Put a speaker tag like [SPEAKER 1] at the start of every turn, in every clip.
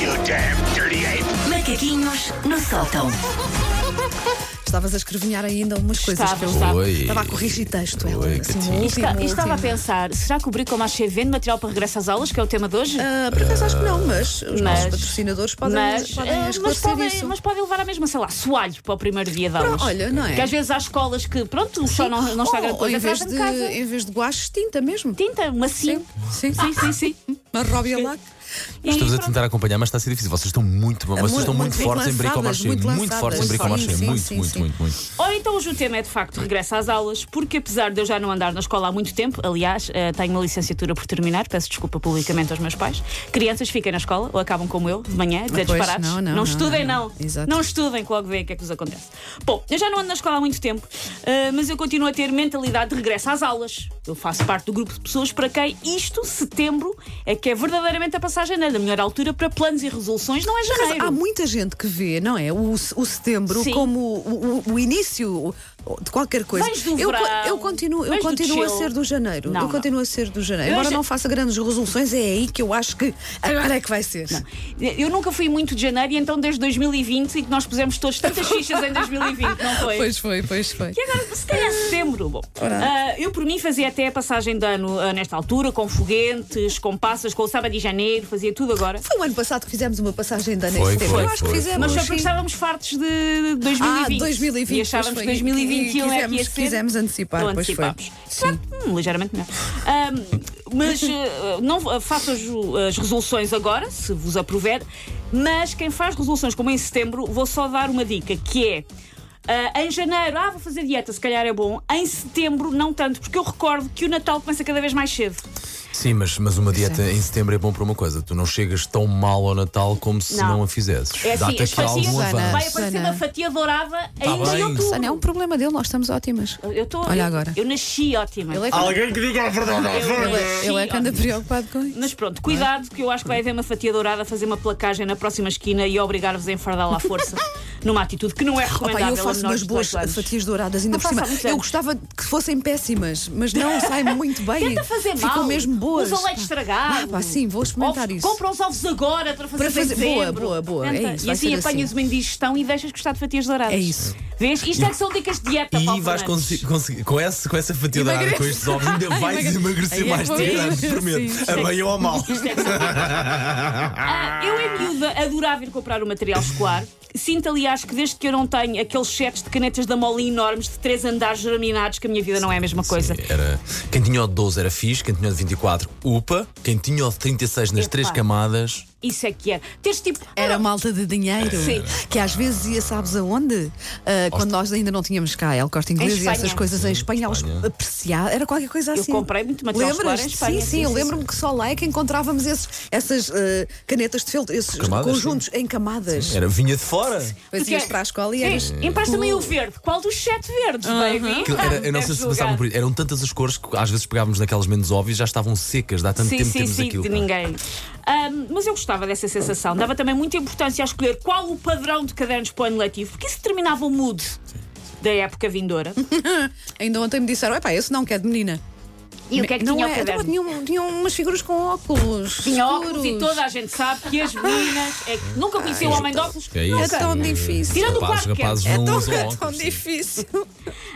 [SPEAKER 1] you damn dirty ape!
[SPEAKER 2] Macaquinhos no sótão.
[SPEAKER 3] Estavas a escrevinhar ainda umas coisas
[SPEAKER 4] Estava,
[SPEAKER 3] que eu
[SPEAKER 4] estava. tá-
[SPEAKER 5] Oi.
[SPEAKER 3] estava a corrigir texto, ela.
[SPEAKER 5] Oi,
[SPEAKER 3] assim,
[SPEAKER 5] gatinho.
[SPEAKER 3] uma
[SPEAKER 4] E
[SPEAKER 3] última,
[SPEAKER 4] está- e
[SPEAKER 3] última.
[SPEAKER 4] estava a pensar, será que o Bricomaché vende material para regresso às aulas, que é o tema de hoje?
[SPEAKER 3] Ah, por acaso acho que não, mas os nossos
[SPEAKER 4] Mas-
[SPEAKER 3] patrocinadores podem,
[SPEAKER 4] mas,
[SPEAKER 3] podem
[SPEAKER 4] eh, mas,
[SPEAKER 3] esclarecer
[SPEAKER 4] podem,
[SPEAKER 3] isso.
[SPEAKER 4] mas podem levar a mesma, sei lá, soalho para o primeiro dia de aulas.
[SPEAKER 3] olha, não é?
[SPEAKER 4] Que às vezes há escolas que, pronto, o chão não, não está
[SPEAKER 3] Ou-
[SPEAKER 4] grande
[SPEAKER 3] ou
[SPEAKER 4] coisa,
[SPEAKER 3] em vez,
[SPEAKER 4] trazem de
[SPEAKER 3] de,
[SPEAKER 4] tá casa.
[SPEAKER 3] em vez de guache, tinta mesmo.
[SPEAKER 4] Tinta, Ah. macio.
[SPEAKER 3] Sim,
[SPEAKER 4] Sim,
[SPEAKER 3] sim.
[SPEAKER 4] sim, sim.
[SPEAKER 3] Uma róbia lá.
[SPEAKER 4] E
[SPEAKER 5] Estamos a
[SPEAKER 4] pronto.
[SPEAKER 5] tentar acompanhar, mas está a ser difícil. Vocês estão muito, vocês
[SPEAKER 3] muito-
[SPEAKER 5] estão muito,
[SPEAKER 3] muito
[SPEAKER 5] fortes em
[SPEAKER 3] lançadas,
[SPEAKER 5] bricomarché.
[SPEAKER 3] muito
[SPEAKER 5] Muito,
[SPEAKER 3] lançadas.
[SPEAKER 5] fortes em bricomarché.
[SPEAKER 3] Sim, sim,
[SPEAKER 5] Muito,
[SPEAKER 3] sim,
[SPEAKER 5] muito,
[SPEAKER 3] sim.
[SPEAKER 5] muito, muito.
[SPEAKER 4] Ora, então hoje o tema é de facto regresso às aulas, porque apesar de eu já não andar na escola há muito tempo, aliás, eh, tenho uma licenciatura por terminar, peço desculpa publicamente aos meus pais. Crianças fiquem na escola ou acabam como eu, de manhã, a dizer
[SPEAKER 3] Ah, pois,
[SPEAKER 4] disparados.
[SPEAKER 3] não, não, não,
[SPEAKER 4] estudem,
[SPEAKER 3] não, não.
[SPEAKER 4] não.
[SPEAKER 3] Exato.
[SPEAKER 4] Não estudem, que logo veem o que é que vos acontece. Bom, eu já não ando na escola há muito tempo, eh, mas eu continuo a ter mentalidade de regresso às aulas. Eu faço parte do grupo de pessoas para quem isto, setembro, é que é verdadeiramente a passagem de ano. A melhor altura para planos e resoluções não é
[SPEAKER 3] Mas
[SPEAKER 4] janeiro.
[SPEAKER 3] há muita gente que vê, não é? O, o setembro
[SPEAKER 4] Sim.
[SPEAKER 3] como o, o- o início de qualquer coisa.
[SPEAKER 4] Vens do
[SPEAKER 3] eu, co-
[SPEAKER 4] verão,
[SPEAKER 3] eu continuo, eu
[SPEAKER 4] vens do
[SPEAKER 3] continuo a
[SPEAKER 4] chill.
[SPEAKER 3] ser do janeiro.
[SPEAKER 4] Não,
[SPEAKER 3] eu
[SPEAKER 4] não.
[SPEAKER 3] continuo a ser do janeiro.
[SPEAKER 4] Eu
[SPEAKER 3] Embora
[SPEAKER 4] já-
[SPEAKER 3] não faça grandes resoluções, é aí que eu acho que agora é que vai ser.
[SPEAKER 4] Eu nunca fui muito de janeiro e então desde 2020 e que nós pusemos todos tantas fichas em 2020, não foi?
[SPEAKER 3] foi, pois foi.
[SPEAKER 4] E agora, se calhar setembro. Bom,
[SPEAKER 3] Ora.
[SPEAKER 4] ah, eu por mim fazia até a passagem de ano ah, nesta altura, com foguetes, com passas, com o sábado de janeiro, fazia tudo agora.
[SPEAKER 3] Foi o ano passado que fizemos uma passagem de ano em
[SPEAKER 5] Foi,
[SPEAKER 3] setembro.
[SPEAKER 5] foi,
[SPEAKER 3] eu acho que
[SPEAKER 5] foi,
[SPEAKER 3] fizemos.
[SPEAKER 4] Mas
[SPEAKER 5] foi.
[SPEAKER 4] só
[SPEAKER 3] sim.
[SPEAKER 4] porque estávamos fartos de 2020.
[SPEAKER 3] Ah, 2020.
[SPEAKER 4] E achávamos que
[SPEAKER 3] pois foi.
[SPEAKER 4] 2021 é que ia
[SPEAKER 3] Quisemos-
[SPEAKER 4] ser.
[SPEAKER 3] quisemos antecipar,
[SPEAKER 4] Então
[SPEAKER 3] pois foi.
[SPEAKER 4] antecipámos. Claro, hum, ligeiramente melhor. Ahm, mas eh, não eh, faço as, as resoluções agora, se vos aprover. Mas quem faz resoluções como em setembro, vou só dar uma dica, que é... ah, em janeiro, ah, vou fazer dieta, se calhar é bom. Em setembro, não tanto, porque eu recordo que o Natal começa cada vez mais cedo.
[SPEAKER 5] Sim, mas, mas uma dieta em setembro é bom para uma coisa. Tu não chegas tão mal ao Natal como se
[SPEAKER 4] Não.
[SPEAKER 5] não, a fizesses.
[SPEAKER 4] É assim,
[SPEAKER 5] Dá-te
[SPEAKER 4] as
[SPEAKER 5] aqui
[SPEAKER 4] fatias
[SPEAKER 5] algum
[SPEAKER 3] Susana,
[SPEAKER 4] vai
[SPEAKER 5] avanço.
[SPEAKER 4] aparecer
[SPEAKER 3] Susana.
[SPEAKER 4] uma fatia dourada
[SPEAKER 5] Tá
[SPEAKER 4] ainda em
[SPEAKER 5] bem.
[SPEAKER 4] outubro.
[SPEAKER 3] Susana, é um problema dele, nós estamos ótimas.
[SPEAKER 4] Eu tô,
[SPEAKER 3] Olha
[SPEAKER 4] eu-
[SPEAKER 3] agora.
[SPEAKER 4] Eu nasci ótima.
[SPEAKER 3] Ele é,
[SPEAKER 1] Alguém que diga a verdade à
[SPEAKER 4] Eu
[SPEAKER 1] frente.
[SPEAKER 4] nasci
[SPEAKER 3] ele é que anda
[SPEAKER 4] ótima.
[SPEAKER 3] preocupado com isso.
[SPEAKER 4] Mas pronto, cuidado, que eu acho que vai haver uma fatia dourada a fazer uma placagem na próxima esquina e obrigar-vos a enfardá-la à força. numa atitude que não é
[SPEAKER 3] Opa,
[SPEAKER 4] recomendável
[SPEAKER 3] eu
[SPEAKER 4] a
[SPEAKER 3] faço
[SPEAKER 4] menores
[SPEAKER 3] umas
[SPEAKER 4] de
[SPEAKER 3] boas
[SPEAKER 4] 18 anos.
[SPEAKER 3] fatias douradas ainda
[SPEAKER 4] Não
[SPEAKER 3] por cima.
[SPEAKER 4] faço há muitos
[SPEAKER 3] Eu
[SPEAKER 4] anos.
[SPEAKER 3] gostava que fossem péssimas, mas não sai muito bem.
[SPEAKER 4] Tenta fazer mal.
[SPEAKER 3] Ficam mesmo boas.
[SPEAKER 4] Usa leite estragado.
[SPEAKER 3] Ah, pá, sim, vou experimentar
[SPEAKER 4] Ovos-
[SPEAKER 3] isso.
[SPEAKER 4] Compra os ovos agora para fazer,
[SPEAKER 3] Para fazer-
[SPEAKER 4] em dezembro.
[SPEAKER 3] boa, boa, boa. É
[SPEAKER 4] Tenta.
[SPEAKER 3] isso,
[SPEAKER 4] e
[SPEAKER 3] vai
[SPEAKER 4] assim
[SPEAKER 3] ser
[SPEAKER 4] apanhas
[SPEAKER 3] assim.
[SPEAKER 4] uma indigestão e deixas gostar de fatias douradas.
[SPEAKER 3] É isso.
[SPEAKER 4] Vês? Isto é que são dicas de dieta,
[SPEAKER 5] E
[SPEAKER 4] Paulo
[SPEAKER 5] vais
[SPEAKER 4] Fernandes.
[SPEAKER 5] conseguir, conseguir- com, essa, com essa fatia de ar, com estes ovos, ainda vais emagrecer
[SPEAKER 3] Aí é
[SPEAKER 5] mais
[SPEAKER 3] que vou
[SPEAKER 5] de 10 anos,
[SPEAKER 3] emagrecer, sim.
[SPEAKER 5] prometo. A bem ou a mal.
[SPEAKER 4] Isto é que são Ah, eu em miúda adorava ir comprar o material escolar. Sinto, aliás, que desde que eu não tenho aqueles sets de canetas da Molly enormes de três andares germinados, que a minha vida não é a mesma coisa.
[SPEAKER 5] Era, quem tinha o de 12 era fixe, quem tinha o de 24, upa. Quem tinha o de 36 nas
[SPEAKER 4] Epá.
[SPEAKER 5] três camadas,
[SPEAKER 4] Isso é que era. Teres tipo.
[SPEAKER 3] Era malta de dinheiro.
[SPEAKER 4] Sim.
[SPEAKER 3] Que às vezes ia, sabes aonde? Ah, quando nós ainda não tínhamos cá El Corte Inglês
[SPEAKER 4] Em
[SPEAKER 3] e essas
[SPEAKER 4] Espanha.
[SPEAKER 3] coisas em Espanha, aos
[SPEAKER 5] Espanha.
[SPEAKER 3] apreciar. Era qualquer coisa
[SPEAKER 4] Eu
[SPEAKER 3] assim.
[SPEAKER 4] comprei muito material escolar em
[SPEAKER 3] Lembras-te? Sim,
[SPEAKER 4] Espanha,
[SPEAKER 3] sim,
[SPEAKER 4] sim,
[SPEAKER 3] eu
[SPEAKER 4] sim,
[SPEAKER 3] lembro-me que só lá é que encontrávamos esses, essas ah, canetas de feltro, esses
[SPEAKER 5] Camadas, é.
[SPEAKER 3] conjuntos em camadas.
[SPEAKER 5] era vinha de fora.
[SPEAKER 3] Depois
[SPEAKER 4] Porque
[SPEAKER 3] ias para a escola e eras.
[SPEAKER 4] Vês? Empresta-me o verde. Qual dos sete verdes, baby? Ah, é
[SPEAKER 5] Aquilo era- eu não sei
[SPEAKER 4] Deves
[SPEAKER 5] se passavam
[SPEAKER 4] julgar.
[SPEAKER 5] por isso. Eram tantas as cores que às vezes pegávamos naquelas menos óbvias já estavam secas. Dá tanto
[SPEAKER 4] Sim,
[SPEAKER 5] tempo que
[SPEAKER 4] sim,
[SPEAKER 5] temos
[SPEAKER 4] sim,
[SPEAKER 5] aquilo.
[SPEAKER 4] de
[SPEAKER 5] pá.
[SPEAKER 4] ninguém. Ahm, mas eu gostava dessa sensação. Dava também muita importância a escolher qual o padrão de cadernos para o ano letivo, porque isso determinava o mood da época vindoura.
[SPEAKER 3] Ainda ontem me disseram: epá, esse não, que é de menina.
[SPEAKER 4] E o que é que
[SPEAKER 3] não
[SPEAKER 4] tinha o
[SPEAKER 3] é,
[SPEAKER 4] caderno?
[SPEAKER 3] então, tinham, tinham umas figuras com óculos.
[SPEAKER 4] Tinha óculos e
[SPEAKER 3] escuros.
[SPEAKER 4] toda a gente sabe que as meninas é que nunca conheceu o homem de óculos.
[SPEAKER 5] Que é isso?
[SPEAKER 3] É tão difícil.
[SPEAKER 4] Tirando o
[SPEAKER 5] Rapazes,
[SPEAKER 4] quarto
[SPEAKER 5] rapazes
[SPEAKER 3] É
[SPEAKER 5] não
[SPEAKER 3] tão,
[SPEAKER 5] usam
[SPEAKER 3] é
[SPEAKER 5] óculos.
[SPEAKER 3] tão difícil.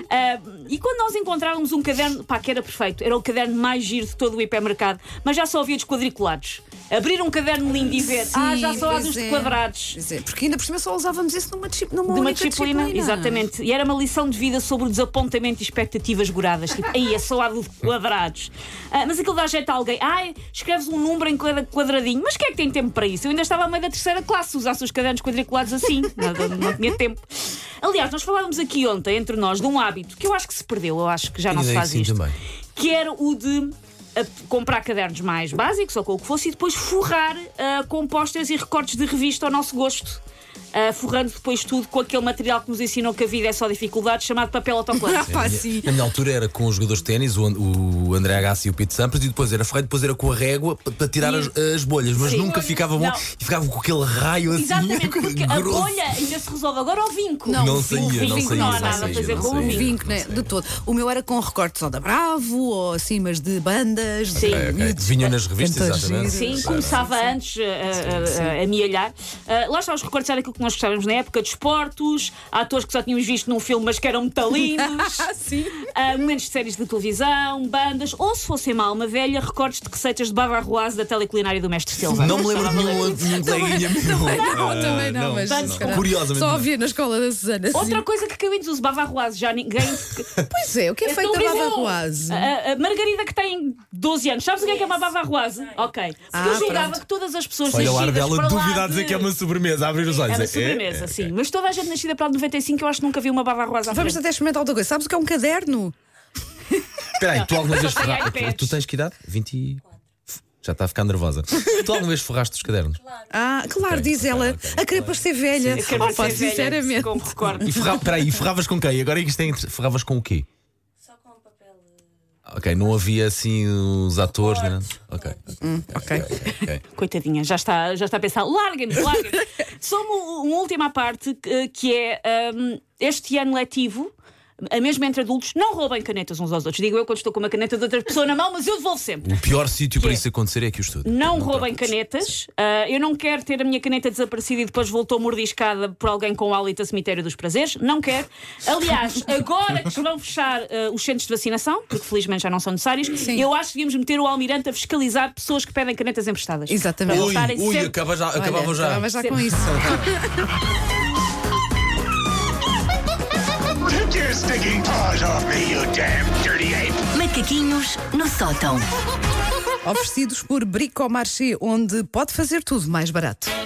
[SPEAKER 4] Ah, e quando nós encontrávamos um caderno, pá, que era perfeito, era o caderno mais giro de todo o hipermercado, mas já só havia dos quadriculados. Abrir um caderno lindo e ver, ah, já só há
[SPEAKER 3] pois
[SPEAKER 4] dos
[SPEAKER 3] é.
[SPEAKER 4] quadrados.
[SPEAKER 3] Pois é, Porque ainda por cima só usávamos isso numa, disci- numa
[SPEAKER 4] De uma
[SPEAKER 3] única
[SPEAKER 4] disciplina, exatamente. E era uma lição de vida sobre o desapontamento e expectativas goradas. Tipo, aí é só há de quadrados. Ah, mas aquilo dá jeito a alguém. Ai, escreves um número em cada quadradinho. Mas quem é que tem tempo para isso? Eu ainda estava a meio da terceira classe, usasse os cadernos quadriculados assim. Nada, não tinha tempo. Aliás, nós falávamos aqui ontem, entre nós, de um hábito que eu acho que se perdeu, eu acho que já não se
[SPEAKER 5] Ainda bem
[SPEAKER 4] faz
[SPEAKER 5] que sim
[SPEAKER 4] isto.
[SPEAKER 5] também.
[SPEAKER 4] Que era o de. ah, comprar cadernos mais eh, básicos ou com o que fosse e depois forrar ah, com posters e recortes de revista ao nosso gosto. ah, forrando depois tudo com aquele material que nos ensinou que a vida é só dificuldade, chamado papel autocolante.
[SPEAKER 3] Ah, Pá, sim.
[SPEAKER 4] assim.
[SPEAKER 5] Na minha altura era com os jogadores de ténis, o, An- o André Agassi e o Pete Sampras, e depois era ferreiro, depois era com a régua pa- para tirar as, as bolhas, mas
[SPEAKER 4] Sim.
[SPEAKER 5] nunca
[SPEAKER 4] Bolhas,
[SPEAKER 5] ficava bom
[SPEAKER 4] não.
[SPEAKER 5] e ficava com aquele raio assim.
[SPEAKER 4] Exatamente, porque a
[SPEAKER 5] grosso.
[SPEAKER 4] bolha ainda se resolve agora ao vinco.
[SPEAKER 3] Não,
[SPEAKER 5] Não
[SPEAKER 3] o
[SPEAKER 5] saía,
[SPEAKER 4] vinco
[SPEAKER 5] não saía.
[SPEAKER 4] não há
[SPEAKER 5] não
[SPEAKER 4] nada a
[SPEAKER 5] saía,
[SPEAKER 4] fazer
[SPEAKER 5] não
[SPEAKER 4] com o
[SPEAKER 5] saía,
[SPEAKER 3] Um
[SPEAKER 4] vinho.
[SPEAKER 3] vinco,
[SPEAKER 5] não
[SPEAKER 3] né?
[SPEAKER 5] saía.
[SPEAKER 3] de todo. O meu era com recortes só da Bravo, ou assim, mas de bandas.
[SPEAKER 4] Sim.
[SPEAKER 3] de
[SPEAKER 4] Ok, ok.
[SPEAKER 3] miúdos.
[SPEAKER 5] Vinham nas revistas,
[SPEAKER 3] Cantores
[SPEAKER 5] exatamente.
[SPEAKER 3] giros.
[SPEAKER 4] Sim,
[SPEAKER 5] Sim,
[SPEAKER 4] começava antes a- a- a- a mialhar. Ah, Lá está os recortes, era aquilo que nós gostávamos na época: desportos, atores que só tínhamos visto num filme, mas que eram metalinos.
[SPEAKER 3] Sim.
[SPEAKER 4] ah, momentos de séries de televisão, bandas, ou se fossem mal uma velha, recortes de receitas de bavarroase da teleculinária do Mestre Silva.
[SPEAKER 5] Não me lembro de nenhum, de nenhum coleguinha meu.
[SPEAKER 3] Não,
[SPEAKER 5] Ah,
[SPEAKER 3] também não, mas
[SPEAKER 4] Tanto
[SPEAKER 3] se calhar,
[SPEAKER 5] Curiosamente.
[SPEAKER 3] só
[SPEAKER 5] não.
[SPEAKER 3] havia na escola da Susana. sim.
[SPEAKER 4] Outra coisa que caiu em desuso, bavarroase, já ninguém.
[SPEAKER 3] Pois é, o que é feito da
[SPEAKER 4] Então,
[SPEAKER 3] Bava
[SPEAKER 4] bom.
[SPEAKER 3] Roase?
[SPEAKER 4] A, a Ah, Margarida que tem 12 anos, sabes o que é que é uma bavarroase? Ok. Porque
[SPEAKER 3] Ah,
[SPEAKER 4] eu julgava
[SPEAKER 3] pronto.
[SPEAKER 4] que todas as pessoas
[SPEAKER 5] Olha o ar
[SPEAKER 4] nascidas
[SPEAKER 5] dela,
[SPEAKER 4] para lá
[SPEAKER 5] dúvida a dizer
[SPEAKER 4] de-
[SPEAKER 5] que é uma sobremesa, a abrir os olhos.
[SPEAKER 4] Era
[SPEAKER 5] É,
[SPEAKER 4] sobremesa,
[SPEAKER 5] é,
[SPEAKER 4] sim. Mas toda a gente nascida para lá de 95, eu acho que nunca vi uma bavarroase à
[SPEAKER 3] Vamos
[SPEAKER 4] frente.
[SPEAKER 3] até experimentar outra coisa. Sabes o que é um caderno?
[SPEAKER 5] Espera aí, tu alguma vez
[SPEAKER 4] Só tenho
[SPEAKER 5] ferraste.
[SPEAKER 4] iPads.
[SPEAKER 5] Tu tens que idade? 20. e- Já está a ficar nervosa. Tu alguma vez forraste os cadernos?
[SPEAKER 3] Ah, claro,
[SPEAKER 5] Ok,
[SPEAKER 3] diz
[SPEAKER 5] ok,
[SPEAKER 3] ela.
[SPEAKER 5] ok,
[SPEAKER 3] a querer para ser velha.
[SPEAKER 4] Eu quero
[SPEAKER 3] Oh, pá,
[SPEAKER 4] ser velha,
[SPEAKER 3] sinceramente.
[SPEAKER 4] Com recorte.
[SPEAKER 5] E ferra... Peraí, e ferravas com quem? Agora é que isto é entre... Ferravas com o quê?
[SPEAKER 6] Só com papel. eh,
[SPEAKER 5] Ok, não havia assim os atores, né? Ok.
[SPEAKER 6] Hum,
[SPEAKER 3] Ok.
[SPEAKER 4] Coitadinha, já está, já está a pensar, larguem-me, larguem-me. Só uma, uma última parte que, que é hum, este ano letivo. A mesma entre adultos, não roubem canetas uns aos outros. Digo eu quando estou com uma caneta de outra pessoa na mão, mas eu devolvo sempre.
[SPEAKER 5] O pior sítio para
[SPEAKER 4] é?
[SPEAKER 5] isso acontecer é aqui o estúdio.
[SPEAKER 4] Não
[SPEAKER 5] Não
[SPEAKER 4] roubem
[SPEAKER 5] troca.
[SPEAKER 4] canetas. Ah, eu não quero ter a minha caneta desaparecida e depois voltou mordiscada por alguém com hálito a cemitério dos prazeres. Não quero. Aliás, agora que se vão fechar ah, os centros de vacinação, porque felizmente já não são necessários, eu acho que devíamos meter o almirante a fiscalizar pessoas que pedem canetas emprestadas.
[SPEAKER 3] Exatamente.
[SPEAKER 4] Para
[SPEAKER 5] Ui,
[SPEAKER 4] voltarem
[SPEAKER 5] ui,
[SPEAKER 4] sempre-
[SPEAKER 5] acaba já, acabava
[SPEAKER 3] Olha,
[SPEAKER 5] já.
[SPEAKER 3] acabava já com isso.
[SPEAKER 1] Take your stinking paws off me, you damn dirty ape!
[SPEAKER 2] Macaquinhos no sótão.
[SPEAKER 3] Oferecidos por Bricomarché, onde pode fazer tudo mais barato.